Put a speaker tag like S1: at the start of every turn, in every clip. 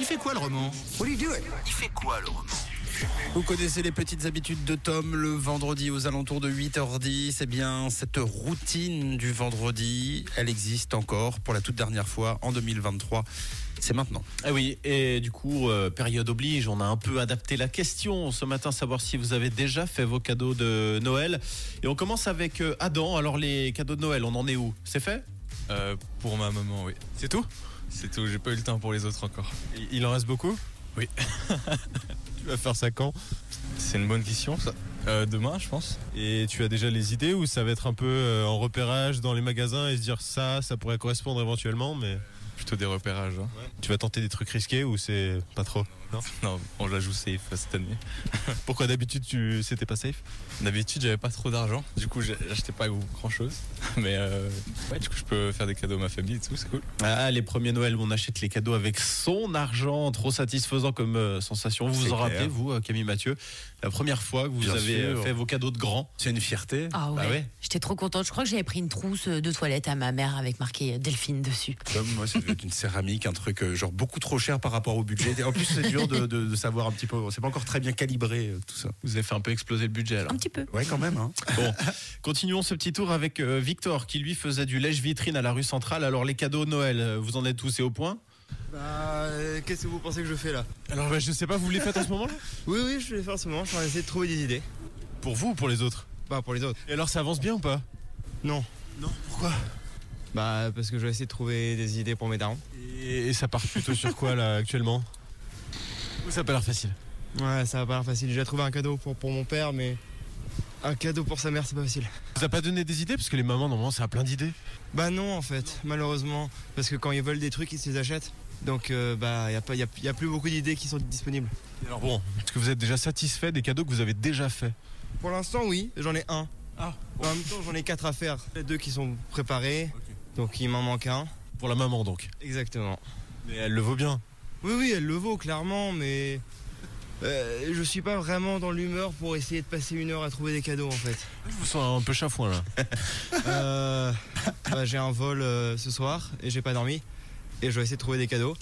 S1: Il fait quoi le roman Il fait quoi le roman
S2: Vous connaissez les petites habitudes de Tom le vendredi aux alentours de 8h10. Eh bien, cette routine du vendredi, elle existe encore pour la toute dernière fois en 2023. C'est maintenant.
S3: Ah oui, et du coup, euh, période oblige, on a un peu adapté la question ce matin, savoir si vous avez déjà fait vos cadeaux de Noël. Et on commence avec euh, Adam. Alors les cadeaux de Noël, on en est où C'est fait
S4: Euh, pour ma maman, oui.
S3: C'est tout
S4: C'est tout, j'ai pas eu le temps pour les autres encore.
S3: Il- Il en reste beaucoup
S4: Oui.
S3: tu vas faire ça quand
S4: C'est une bonne question, ça. Euh, demain, je pense.
S3: Et tu as déjà les idées ou ça va être un peu euh, en repérage dans les magasins et se dire ça, ça pourrait correspondre éventuellement, mais
S4: Plutôt des repérages. hein.
S3: tu vas tenter des trucs risqués ou c'est pas trop Non.
S4: Non, on la joue safe euh, cette année.
S3: Pourquoi d'habitude tu c'était pas safe
S4: D'habitude, j'avais pas trop d'argent, du coup, j'ai- j'achetais pas grand chose. Mais euh, ouais, du coup, je peux faire des cadeaux à ma famille et tout, c'est cool.
S3: Ah, les premiers Noël où on achète les cadeaux avec son argent, trop satisfaisant comme euh, sensation. Vous
S2: C'est
S3: vous en
S2: clair.
S3: rappelez, vous, euh, Camille Mathieu, la première fois que vous
S2: Bien
S3: avez euh,
S2: sûr.
S3: fait vos cadeaux de grands
S2: C'est une fierté.
S5: Ah ouais.
S3: Bah ouais.
S5: J'étais trop contente. Je crois que j'avais pris une trousse euh, de toilette à ma mère avec marqué Delphine dessus.
S2: Tom, moi, ça devait être une céramique, un truc euh, genre beaucoup trop cher par rapport au budget. Et En plus, c'est dur de, de- de savoir un petit peu. C'est pas encore très bien calibré euh, tout ça.
S3: Vous avez fait un peu exploser le budget alors.
S5: Un petit peu.
S2: Ouais, quand même. Hein.
S3: Bon, continuons ce petit tour avec euh, Victor qui lui faisait du lèche-vitrine à la rue centrale. Alors les cadeaux de Noël, euh, vous en êtes tous et au point
S6: Bah, euh, qu'est-ce que vous pensez que je fais là
S3: Alors bah, je sais pas, vous les faites en ce moment là
S6: Oui, oui, je vais faire ce moment, je vais essayer de trouver des idées.
S3: Pour vous ou pour les autres
S6: Bah, pour les autres.
S3: Et alors ça avance bien ou pas
S6: Non.
S3: Non, pourquoi
S6: Bah, parce que je vais essayer de trouver des idées pour mes darons.
S3: et, et ça part plutôt sur quoi là actuellement Ça a pas l'air facile.
S6: Ouais, ça va pas l'air facile. J'ai déjà trouvé un cadeau pour, pour mon père, mais. Un cadeau pour sa mère, c'est pas facile.
S3: Vous a pas donné des idées parce que les mamans normalement ça a plein d'idées.
S6: Bah, non, en fait, malheureusement. Parce que quand ils veulent des trucs, ils se les achètent. Donc, euh, bah, y a, pas, y a- y a plus beaucoup d'idées qui sont disponibles.
S3: Alors bon, est-ce que vous êtes déjà satisfait des cadeaux que vous avez déjà faits
S6: Pour l'instant, oui, j'en ai un.
S3: Ah.
S6: En même temps, j'en ai quatre à faire. Les deux qui sont préparés. Donc, il m'en manque un.
S3: Pour la maman donc.
S6: Exactement.
S3: Mais elle le vaut bien.
S6: Oui, oui, elle le vaut clairement, mais euh, je suis pas vraiment dans l'humeur pour essayer de passer une heure à trouver des cadeaux en fait.
S3: Je vous sens un peu chafouin là.
S6: Euh, bah, j'ai un vol euh, ce soir et j'ai pas dormi et je vais essayer de trouver des cadeaux.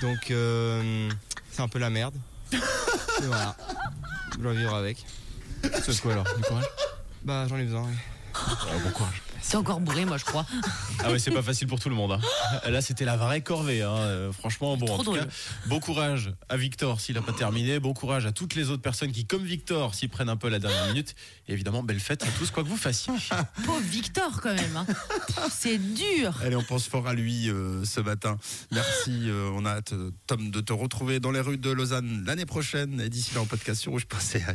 S6: Donc euh, c'est un peu la merde. Et voilà, je dois vivre avec.
S3: C'est quoi alors Du courage
S6: Bah j'en ai besoin. oui.
S3: Ah, Bon courage.
S5: C'est encore bourré, moi, je crois.
S3: Ah ouais, c'est pas facile pour tout le monde. hein. Là, c'était la vraie corvée. hein. Euh, Franchement, bon, en
S5: Trop
S3: tout
S5: drôle.
S3: cas, bon courage à Victor s'il a pas terminé. Bon courage à toutes les autres personnes qui, comme Victor, s'y prennent un peu à la dernière minute. Et évidemment, belle fête à tous, quoi que vous fassiez.
S5: Pauvre Victor, quand même. hein. Pff, C'est dur.
S2: Allez, on pense fort à lui euh, ce matin. Merci. euh, on a hâte, euh, Tom, de te retrouver dans les rues de Lausanne l'année prochaine. Et d'ici là, en podcast sur rouge.ch.